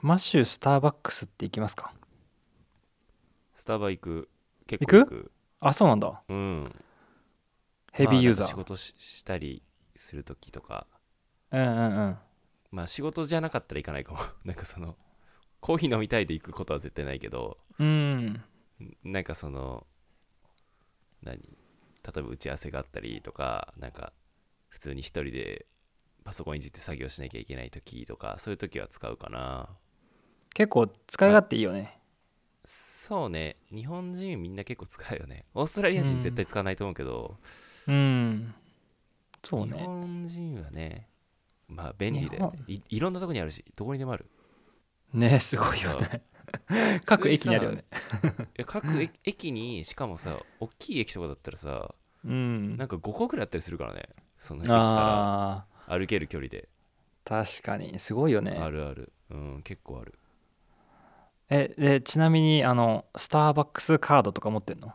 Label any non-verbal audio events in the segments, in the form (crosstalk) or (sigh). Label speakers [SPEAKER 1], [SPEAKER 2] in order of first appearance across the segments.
[SPEAKER 1] マッシュスターバックスって行きますか
[SPEAKER 2] スタバ行く結
[SPEAKER 1] 行
[SPEAKER 2] 構
[SPEAKER 1] く
[SPEAKER 2] 行く
[SPEAKER 1] あそうなんだ
[SPEAKER 2] うん
[SPEAKER 1] ヘビーユーザ
[SPEAKER 2] まあなんか仕
[SPEAKER 1] ー、
[SPEAKER 2] 事ししたりする時とか
[SPEAKER 1] うんうんうん
[SPEAKER 2] まあ仕事じゃなかったら行かないかも (laughs) なんかそのコーヒー飲みたいで行くことは絶対ないけど
[SPEAKER 1] うん
[SPEAKER 2] んなんかその何例えば打ち合わせがあったりとかなんか普通に一人でパソコンいじって作業しなきゃいけない時とかそういう時は使うかな
[SPEAKER 1] 結構使い勝手いいよね
[SPEAKER 2] そうね日本人みんな結構使うよねオーストラリア人絶対使わないと思うけど、
[SPEAKER 1] うんそう
[SPEAKER 2] 日
[SPEAKER 1] ね
[SPEAKER 2] 本人はねまあ便利だよね
[SPEAKER 1] 日
[SPEAKER 2] いいろんなとこにあるしどこにでもある
[SPEAKER 1] ねすごいよね (laughs) 各駅にあるよね
[SPEAKER 2] いや各駅駅にしかもさ大きい駅とかだったらさ
[SPEAKER 1] うん
[SPEAKER 2] なんか5個くらいあったりするからねその駅か
[SPEAKER 1] ああ
[SPEAKER 2] ら歩ける距離で
[SPEAKER 1] 確かにすごいよね
[SPEAKER 2] あるあるうん結構ある
[SPEAKER 1] えでちなみにあのスターバックスカードとか持ってんの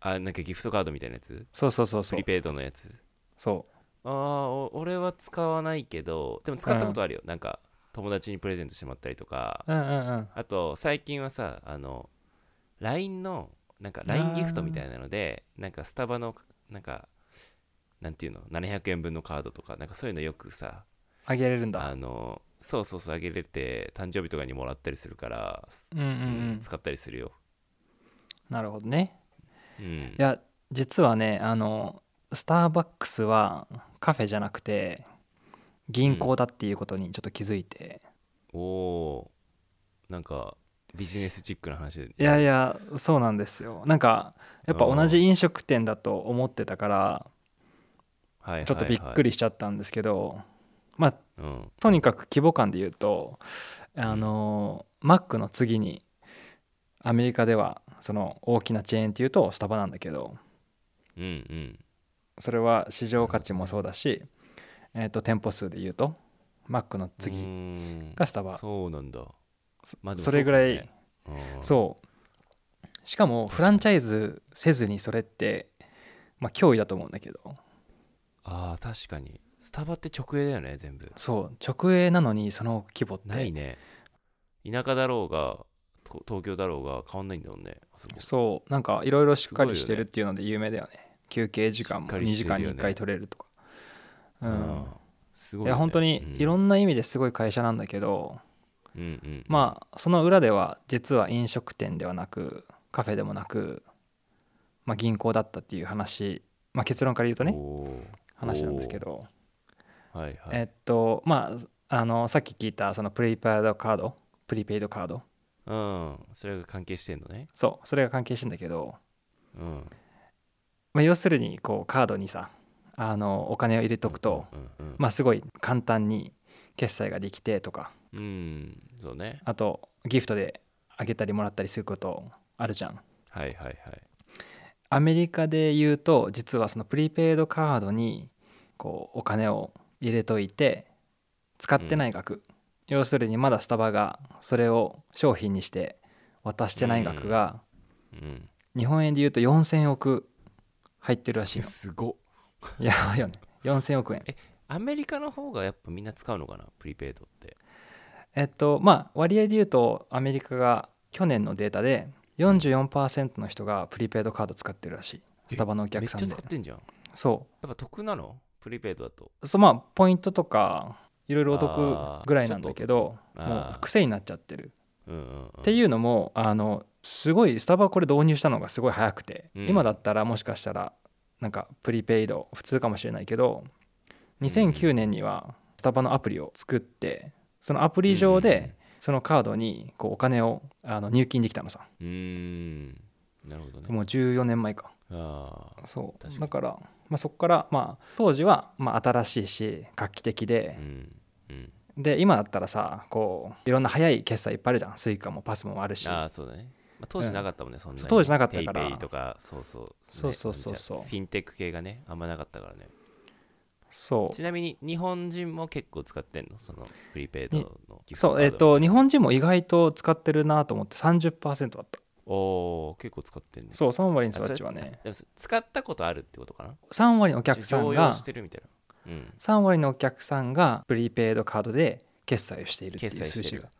[SPEAKER 2] あなんかギフトカードみたいなやつ
[SPEAKER 1] そうそうそうそ
[SPEAKER 2] プ
[SPEAKER 1] う
[SPEAKER 2] リペイドのやつ
[SPEAKER 1] そ
[SPEAKER 2] ああお俺は使わないけどでも使ったことあるよ、なんか友達にプレゼントしてもらったりとか
[SPEAKER 1] ううんうんうん
[SPEAKER 2] あと最近はさあの LINE のなんか LINE ギフトみたいなのでなんかスタバのなんかなんていうの700円分のカードとかなんかそういうのよくさ
[SPEAKER 1] あげれるんだ
[SPEAKER 2] あのそうそうそうあげれて誕生日とかにもらったりするから、
[SPEAKER 1] うんうんう
[SPEAKER 2] うん
[SPEAKER 1] ん
[SPEAKER 2] 使ったりするよ、
[SPEAKER 1] なるほどね
[SPEAKER 2] うん
[SPEAKER 1] い、や実はねあのスターバックスはカフェじゃなくて銀行だっていうことにちょっと気づいて、
[SPEAKER 2] おおーなんかビジネスチックな話で
[SPEAKER 1] いやいやそうなんですよなんかやっぱ
[SPEAKER 2] うん
[SPEAKER 1] 同じ飲食店だと思ってたから
[SPEAKER 2] はいはいはい
[SPEAKER 1] ちょっとびっくりしちゃったんですけど、まあ
[SPEAKER 2] うん
[SPEAKER 1] とにかく規模感で言うとあのマックの次にアメリカではその大きなチェーンっていうとスタバなんだけど
[SPEAKER 2] うんうん
[SPEAKER 1] それは市場価値もそうだし、えー、と店舗数で言うとマックの
[SPEAKER 2] うー
[SPEAKER 1] 次
[SPEAKER 2] ん
[SPEAKER 1] がスタバ
[SPEAKER 2] そうなんだまあでも
[SPEAKER 1] それぐらい
[SPEAKER 2] そうかもねうん
[SPEAKER 1] そうしかもフランチャイズせずにそれってまあ脅威だと思うんだけど
[SPEAKER 2] あー確かにスタバって直営だよね全部
[SPEAKER 1] そう直営なのにその規模って
[SPEAKER 2] ないね田舎だろうがと東京だろうが変わんないんだもんねあそこ
[SPEAKER 1] そうなんかいろいろしっかりし
[SPEAKER 2] すご
[SPEAKER 1] て
[SPEAKER 2] いよ
[SPEAKER 1] るっ
[SPEAKER 2] ね
[SPEAKER 1] ていうので有名だよね休憩時間も
[SPEAKER 2] しっか
[SPEAKER 1] 2
[SPEAKER 2] りし
[SPEAKER 1] 時
[SPEAKER 2] てるよ
[SPEAKER 1] 間
[SPEAKER 2] ね
[SPEAKER 1] に1回取れるとかう
[SPEAKER 2] うんんすごい
[SPEAKER 1] いや本当にいろ
[SPEAKER 2] な、
[SPEAKER 1] んな意味ですごい会社なんだけど、
[SPEAKER 2] うんうんうん
[SPEAKER 1] まあその裏では実は飲食店ではなくカフェでもなく、まあ、銀行だったっていう話、まあ、結論から言うとね
[SPEAKER 2] おー
[SPEAKER 1] 話なんですけど、
[SPEAKER 2] はいはい、
[SPEAKER 1] えっとまああのさっき聞いたそのプリペイドカードプリペイドカード
[SPEAKER 2] うんそれが関係してんのね
[SPEAKER 1] そうそれが関係してんだけど、
[SPEAKER 2] うん
[SPEAKER 1] まあ、要するにこうカードにさあのお金を入れとくと、
[SPEAKER 2] うんうんうん
[SPEAKER 1] まあ、すごい簡単に決済ができてとか
[SPEAKER 2] うんそうね
[SPEAKER 1] あとギフトであげたりもらったりすることあるじゃん。
[SPEAKER 2] はいはいはい
[SPEAKER 1] アメリカで言うと実はそのプリペイドカードにこうお金を入れといて使ってない額、要するにまだスタバがそれを商品にして渡してない額が
[SPEAKER 2] うん
[SPEAKER 1] 日本円で言うと4,000億入ってるらしいの
[SPEAKER 2] すごっ
[SPEAKER 1] やばいよね4,000億円
[SPEAKER 2] アメリカの方がやっぱみんな使うのかなプリペイドって
[SPEAKER 1] えっとまあ割合で言うとアメリカが去年のデータで44%の人がプリペイドカード使ってるらしいスタバのお
[SPEAKER 2] め
[SPEAKER 1] 客
[SPEAKER 2] っち
[SPEAKER 1] さ
[SPEAKER 2] ゃ
[SPEAKER 1] んで
[SPEAKER 2] 使ってんじゃんや
[SPEAKER 1] そう
[SPEAKER 2] っぱ得なのプリペイドだと
[SPEAKER 1] そうまあポイントとかいろいろお得ぐらいなんだけど
[SPEAKER 2] あー
[SPEAKER 1] も
[SPEAKER 2] ちょっとお得
[SPEAKER 1] う
[SPEAKER 2] あー
[SPEAKER 1] 癖になっちゃってる
[SPEAKER 2] うんうん、うん、
[SPEAKER 1] っていうのもあのすごいスタバこれ導入したのがすごい早くて、
[SPEAKER 2] うん
[SPEAKER 1] 今だったらもしかしたらなんかプリペイド普通かもしれないけど
[SPEAKER 2] ん
[SPEAKER 1] 2009年にはスタバのアプリを作ってそのアプリ上でそのカードにこうお金をあの入金できたのさ
[SPEAKER 2] うんうんなるほどね
[SPEAKER 1] もう14年前か
[SPEAKER 2] ああ
[SPEAKER 1] そ
[SPEAKER 2] 確か
[SPEAKER 1] う
[SPEAKER 2] に
[SPEAKER 1] だから、まあ、そこから、まあ、当時はまあ新しいし画期的で
[SPEAKER 2] う、んうん
[SPEAKER 1] で今だったらさこういろんな早い決済いっぱいあるじゃんスイカもパスモもあるし
[SPEAKER 2] ああそうだね、まあ、当時なかったもんね、そんなに
[SPEAKER 1] 当時なかったから
[SPEAKER 2] ペイペイとかそうそう、ね
[SPEAKER 1] そうそうそうそう
[SPEAKER 2] なんちゃフィンテック系がねあんまなかったからね
[SPEAKER 1] そ
[SPEAKER 2] ちなみに日本人も結構使ってんのそのプリペイドの
[SPEAKER 1] う
[SPEAKER 2] ギフト
[SPEAKER 1] そ
[SPEAKER 2] カード
[SPEAKER 1] うえっ、と日本人も意外と使ってるなと思って30%だった
[SPEAKER 2] おー結構使ってんね
[SPEAKER 1] そう3割の
[SPEAKER 2] あ
[SPEAKER 1] 人たちはね
[SPEAKER 2] それでもそ使ったことあるってことかな
[SPEAKER 1] 3割のお客さん
[SPEAKER 2] 常
[SPEAKER 1] が
[SPEAKER 2] 用してるみたいな、うん、
[SPEAKER 1] 3割のお客さんがプリペイドカードで決済をしているっていう
[SPEAKER 2] 決済
[SPEAKER 1] 数
[SPEAKER 2] して
[SPEAKER 1] 字
[SPEAKER 2] る
[SPEAKER 1] が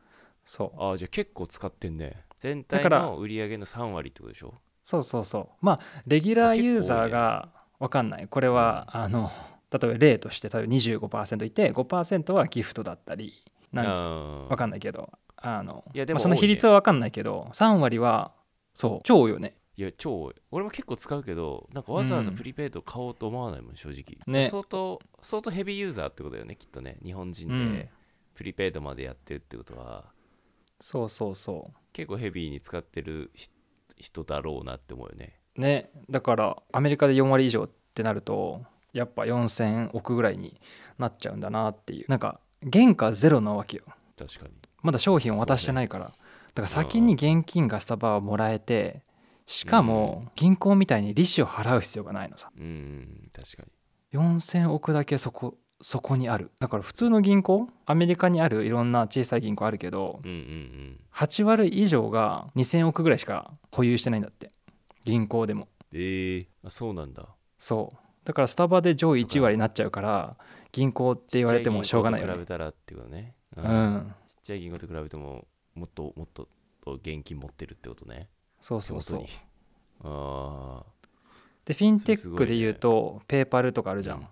[SPEAKER 1] そう
[SPEAKER 2] ああじゃあ結構使ってんね全体
[SPEAKER 1] だから
[SPEAKER 2] の売り上げの3割ってことでしょ
[SPEAKER 1] そうそうそうまあレギュラーユーザーが分かんないこれはあの例えば例として例えば25%いて5%はギフトだったりなんつ
[SPEAKER 2] わ
[SPEAKER 1] 分かんないけどあの
[SPEAKER 2] いやでも
[SPEAKER 1] まあその比率は分かんないけど3割はそう超多いよね
[SPEAKER 2] いや超多い俺も結構使うけどなんかわざわざ
[SPEAKER 1] うん
[SPEAKER 2] プリペイド買おうと思わないもん正直、
[SPEAKER 1] ね
[SPEAKER 2] 相当相当ヘビーユーザーってことだよねきっとね日本人
[SPEAKER 1] うん
[SPEAKER 2] でプリペイドまでやってるってことは
[SPEAKER 1] そうそうそ
[SPEAKER 2] 結構ヘビーに使ってるひ人だろうなって思うよね
[SPEAKER 1] うねだからアメリカで4割以上ってなるとやっぱ4000億ぐらいになっちゃうんだなっていうなんか原価ゼロなわけよ
[SPEAKER 2] 確かに
[SPEAKER 1] まだ商品を渡してないから、だから先に現金がスタバはもらえてしかも銀行みたいに利子を払う必要がないのさ
[SPEAKER 2] うんうん確かに
[SPEAKER 1] 4,000億だけそこそこにあるだから普通の銀行アメリカにあるいろんな小さい銀行あるけど
[SPEAKER 2] うんうんうん
[SPEAKER 1] 8割以上が2,000億ぐらいしか保有してないんだって銀行でも
[SPEAKER 2] ええあそうなんだ
[SPEAKER 1] そうだからスタバで上位
[SPEAKER 2] そうか
[SPEAKER 1] 1割になっちゃうから銀行って言われてもしょうがないよ
[SPEAKER 2] ちっちゃ
[SPEAKER 1] ね
[SPEAKER 2] い銀行と比べたらってことね、う
[SPEAKER 1] うんん
[SPEAKER 2] ちっちゃい銀行と比べてももっともっと現金持ってるってことね
[SPEAKER 1] そうそうそう
[SPEAKER 2] 手元にあ
[SPEAKER 1] でフィンテ
[SPEAKER 2] それす
[SPEAKER 1] ッ
[SPEAKER 2] ご
[SPEAKER 1] ク
[SPEAKER 2] いね
[SPEAKER 1] で言うとペーパルとかある
[SPEAKER 2] あ
[SPEAKER 1] じゃん
[SPEAKER 2] は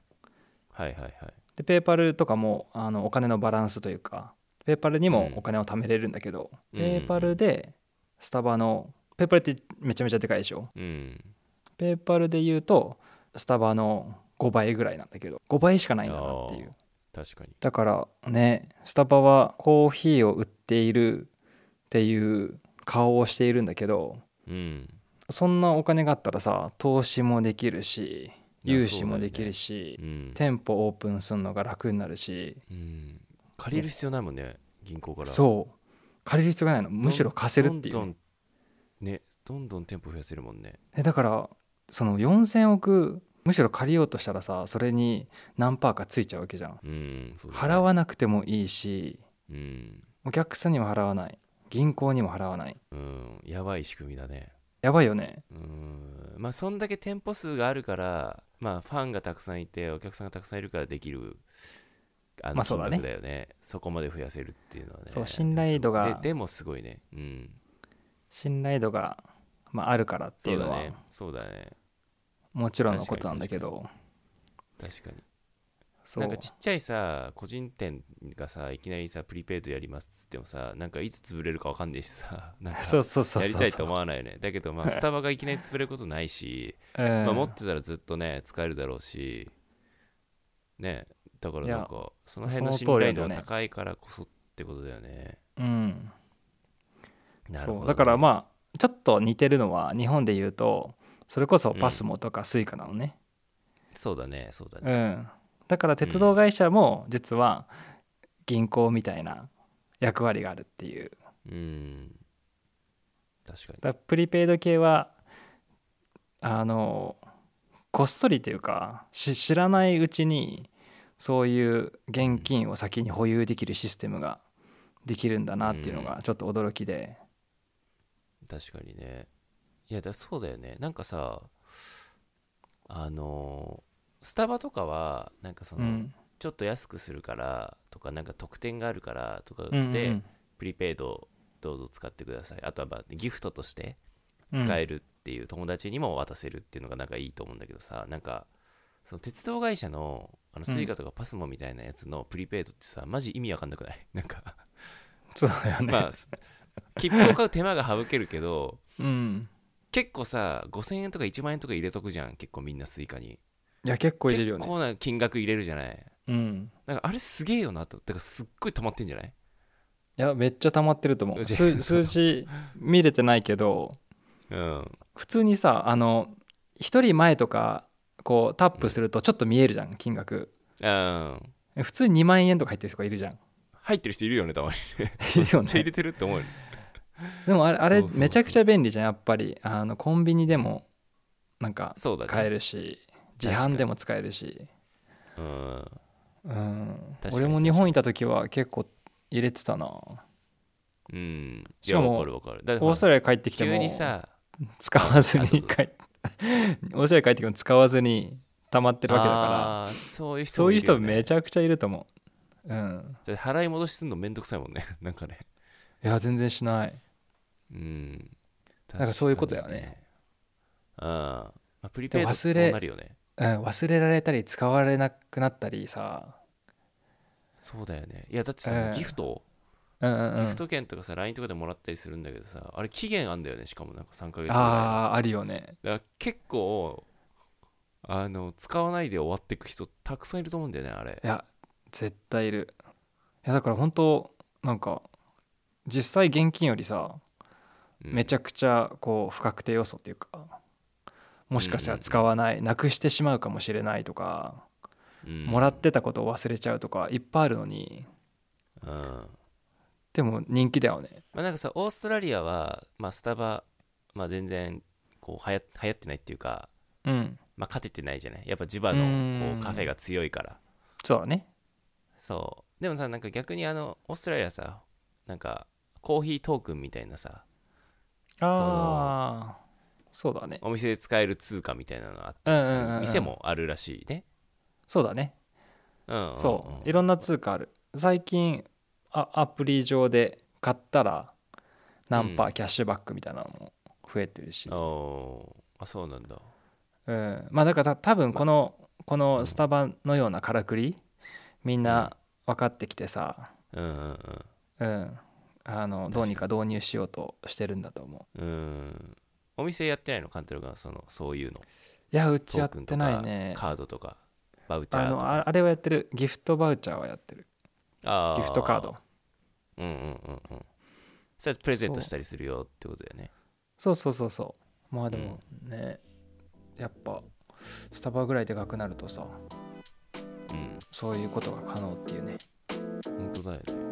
[SPEAKER 2] いはいはい
[SPEAKER 1] でペーパルとかもあのお金のバランスというかペーパルにもお金を貯めれるんだけど、
[SPEAKER 2] うん
[SPEAKER 1] ペーパルでスタバのペーパルってめちゃめちゃでかいでしょ
[SPEAKER 2] うん
[SPEAKER 1] ペーパルで言うとスタバの5倍ぐらいなんだけど5倍しかないんだなっていう
[SPEAKER 2] あー確かに
[SPEAKER 1] だからねスタバはコーヒーを売っているっていう顔をしているんだけど
[SPEAKER 2] うん
[SPEAKER 1] そんなお金があったらさ投資もできるし
[SPEAKER 2] いや
[SPEAKER 1] 融資も
[SPEAKER 2] そうだよね
[SPEAKER 1] できるし、
[SPEAKER 2] うん、
[SPEAKER 1] 店舗オープンするのが楽になるし
[SPEAKER 2] うん借りる必要ないもんね銀行からう
[SPEAKER 1] そう借りる必要がないのむしろ貸せるっていう
[SPEAKER 2] どんどんねどんどん店舗増やせるもんね
[SPEAKER 1] えだからその4,000億むしろ借りようとしたらさそれに何パーかついちゃうわけじゃん
[SPEAKER 2] うんそうだね
[SPEAKER 1] 払わなくてもいいし
[SPEAKER 2] うん、
[SPEAKER 1] お客さんにも払わない銀行にも払わない
[SPEAKER 2] うん、やばい仕組みだね
[SPEAKER 1] やばいよね
[SPEAKER 2] うんまあそんだけ店舗数があるからまあファンがたくさんいてお客さんがたくさんいるからできるあ
[SPEAKER 1] ま
[SPEAKER 2] の
[SPEAKER 1] あそ
[SPEAKER 2] 金
[SPEAKER 1] うだね
[SPEAKER 2] 額だよね,、そこまで増やせるっていうのはね
[SPEAKER 1] そう信頼度が
[SPEAKER 2] でもすででもすごいねうん
[SPEAKER 1] 信頼度が、まあ、あるからって
[SPEAKER 2] そ
[SPEAKER 1] いうう
[SPEAKER 2] だ
[SPEAKER 1] のは
[SPEAKER 2] ねそうだね
[SPEAKER 1] もちろんのことなんだけど
[SPEAKER 2] 確かに
[SPEAKER 1] そう
[SPEAKER 2] なんかちっちゃいさ個人店がさいきなりさプリペイドやりますっつってもさなんかいつ潰れるかわかんない
[SPEAKER 1] (laughs)
[SPEAKER 2] しさなんか
[SPEAKER 1] そうそうそう
[SPEAKER 2] やりた
[SPEAKER 1] そう
[SPEAKER 2] いと思わないよねだけどまあスタバがいきなり潰れることないし、
[SPEAKER 1] うん
[SPEAKER 2] まあ、持ってたらずっとね使えるだろうしねだからなんかその辺の
[SPEAKER 1] そ
[SPEAKER 2] 信
[SPEAKER 1] の通りな
[SPEAKER 2] 頼
[SPEAKER 1] んだ
[SPEAKER 2] 度
[SPEAKER 1] よ
[SPEAKER 2] が
[SPEAKER 1] ね
[SPEAKER 2] 高いからこそってことだよね
[SPEAKER 1] うん
[SPEAKER 2] なるほど
[SPEAKER 1] そ
[SPEAKER 2] ね
[SPEAKER 1] うだからまあちょっと似てるのは日本で言うとそれこそパスモとかスイカなのね、
[SPEAKER 2] そうだねそうだ
[SPEAKER 1] う
[SPEAKER 2] ね
[SPEAKER 1] ん、だから鉄道会社も実は銀行みたいな役割があるっていう
[SPEAKER 2] うん確かに
[SPEAKER 1] だからプリペイド系はあのこっそりというかし知らないうちにそういう現金を先に保有できるシステムができるんだなっていうのがちょっと驚きで、
[SPEAKER 2] 確かにねいやだそうだよねなんかさあのースタバとかはなんかそうの、
[SPEAKER 1] ん
[SPEAKER 2] ちょっと安くするからとかなんか特典があるからとかで、
[SPEAKER 1] うんうん
[SPEAKER 2] プリペイドどうぞ使ってくださいあとはまあギフトとして
[SPEAKER 1] うん
[SPEAKER 2] 使えるっていう、友達にも渡せるっていうのがなんかいいと思うんだけどさなんかその鉄道会社のあのスイカとかパスモみたいなやつのプリペイドってさ、マジ意味わかんなくないなんか
[SPEAKER 1] そうだよね、
[SPEAKER 2] まあす切符を買う手間が省けるけど
[SPEAKER 1] うん
[SPEAKER 2] 結構さ5000円とか1万円とか入れとくじゃん結構みんなスイカに
[SPEAKER 1] いや結構入れるよ
[SPEAKER 2] 結
[SPEAKER 1] ね
[SPEAKER 2] 構な金額入れるじゃない
[SPEAKER 1] うん
[SPEAKER 2] なんかあれすげえよなとだからすっごい溜まってんじゃない
[SPEAKER 1] いやめっちゃ溜まってると思う
[SPEAKER 2] (laughs) うち
[SPEAKER 1] 数数字見れてないけど
[SPEAKER 2] うん
[SPEAKER 1] 普通にさあの1人前とかこうタップするとちょっと見えるじゃん、金額
[SPEAKER 2] うん
[SPEAKER 1] 普通に2万円とか入ってる人がいるじゃん
[SPEAKER 2] 入ってる人いるよ
[SPEAKER 1] (laughs)
[SPEAKER 2] ねたまに
[SPEAKER 1] いるよ
[SPEAKER 2] め (laughs) っちゃ入
[SPEAKER 1] ね
[SPEAKER 2] れてるって思うよね
[SPEAKER 1] でもあれあれ
[SPEAKER 2] そうそうそう
[SPEAKER 1] めちゃくちゃ便利じゃんやっぱりあのコンビニでもなんか
[SPEAKER 2] そうだね
[SPEAKER 1] 買えるし自販でも使えるし
[SPEAKER 2] うん
[SPEAKER 1] うん
[SPEAKER 2] 確かに
[SPEAKER 1] 俺も日本いた時は結構入れてたな
[SPEAKER 2] うんい
[SPEAKER 1] し
[SPEAKER 2] や
[SPEAKER 1] かも
[SPEAKER 2] わかるわかるだってほ
[SPEAKER 1] オー
[SPEAKER 2] ら
[SPEAKER 1] ストラリア帰ってきて
[SPEAKER 2] 急
[SPEAKER 1] も
[SPEAKER 2] にさ
[SPEAKER 1] 使わずに
[SPEAKER 2] あどうぞ
[SPEAKER 1] 帰っ (laughs) オーストラリア帰ってきても使わずに溜まってるわけだから
[SPEAKER 2] あーそういう人
[SPEAKER 1] そういう人め
[SPEAKER 2] ち
[SPEAKER 1] ちゃくちゃいると思ううん
[SPEAKER 2] ゃ払い戻しするのめんどくさいもんね (laughs) なんかね
[SPEAKER 1] いや全然しない
[SPEAKER 2] うん
[SPEAKER 1] なんかそういうことだよね
[SPEAKER 2] 確かにねうん、まあ、プリペイドっ
[SPEAKER 1] で
[SPEAKER 2] て
[SPEAKER 1] も忘れ
[SPEAKER 2] そうなるよね
[SPEAKER 1] うん、忘れられたり使われなくなったりさ、
[SPEAKER 2] そうだよねいやだってさ、
[SPEAKER 1] ええ
[SPEAKER 2] ギフト
[SPEAKER 1] うんうんうん、
[SPEAKER 2] ギフト券とかさ LINE とかでもらったりするんだけどさあれ期限あんだよねしかもなんか3ヶ月ぐらいの
[SPEAKER 1] あああるよね
[SPEAKER 2] だから結構あの使わないで終わっていく人たくさんいると思うんだよねあれ
[SPEAKER 1] いや絶対いるいやだから本当なんか実際現金よりさ、めちゃ
[SPEAKER 2] ゃ
[SPEAKER 1] くちゃこう不確定要素っていうかもしかしたら使わない、なくしてしまうかもしれないとか、もらっ、てたことを忘れちゃうとかいっぱいあるのに
[SPEAKER 2] うんま
[SPEAKER 1] でも人気だよね
[SPEAKER 2] あ、なんかさオーストラリアは、まあ、スタバ、まあ、全然こう流行流行ってないっていうか、
[SPEAKER 1] うん
[SPEAKER 2] まあ、勝ててないじゃないやっぱ地場
[SPEAKER 1] うん
[SPEAKER 2] のこうカフェが強いから
[SPEAKER 1] そうだね
[SPEAKER 2] そうでもさなんか逆にあのオーストラリアさなんかコーヒートークンみたいなさ
[SPEAKER 1] ああそうだね
[SPEAKER 2] お店で使える通貨みたいなのがあった
[SPEAKER 1] うんう
[SPEAKER 2] りす
[SPEAKER 1] んうんう
[SPEAKER 2] る
[SPEAKER 1] ん
[SPEAKER 2] 店もあるらしいね
[SPEAKER 1] そうだね
[SPEAKER 2] うん
[SPEAKER 1] そう、い
[SPEAKER 2] ろ
[SPEAKER 1] ろんな通貨ある最近あアプリ上で買ったら何パ
[SPEAKER 2] う
[SPEAKER 1] ー
[SPEAKER 2] ん
[SPEAKER 1] キャッシュバックみたいなのも増えてるし、
[SPEAKER 2] おーあそうなんだ
[SPEAKER 1] うんまあだからた多分このこ
[SPEAKER 2] う
[SPEAKER 1] の
[SPEAKER 2] ん
[SPEAKER 1] スタバのようなからくりみんな分かってきてさ、
[SPEAKER 2] うんうん
[SPEAKER 1] うん、あの
[SPEAKER 2] 確かに
[SPEAKER 1] どうにか導入しようとしてるんだと思う
[SPEAKER 2] うんうんお店やってないの監督がそのそういうの
[SPEAKER 1] いやうち
[SPEAKER 2] ト
[SPEAKER 1] や
[SPEAKER 2] ー
[SPEAKER 1] っ
[SPEAKER 2] クン
[SPEAKER 1] て
[SPEAKER 2] と
[SPEAKER 1] ない
[SPEAKER 2] か
[SPEAKER 1] ね
[SPEAKER 2] カードとかバウチャ
[SPEAKER 1] あ
[SPEAKER 2] ーと
[SPEAKER 1] の
[SPEAKER 2] か
[SPEAKER 1] ああれはやってるギフトバウチャーはやってる
[SPEAKER 2] あ
[SPEAKER 1] ギフトカード
[SPEAKER 2] うんうんうんうんそれプレゼントしたりするよってことだよね
[SPEAKER 1] そうそうそうそうまあでもね、やっぱスタバぐらいでかくなるとさ
[SPEAKER 2] うん
[SPEAKER 1] そういうことが可能っていうね
[SPEAKER 2] 本当だよね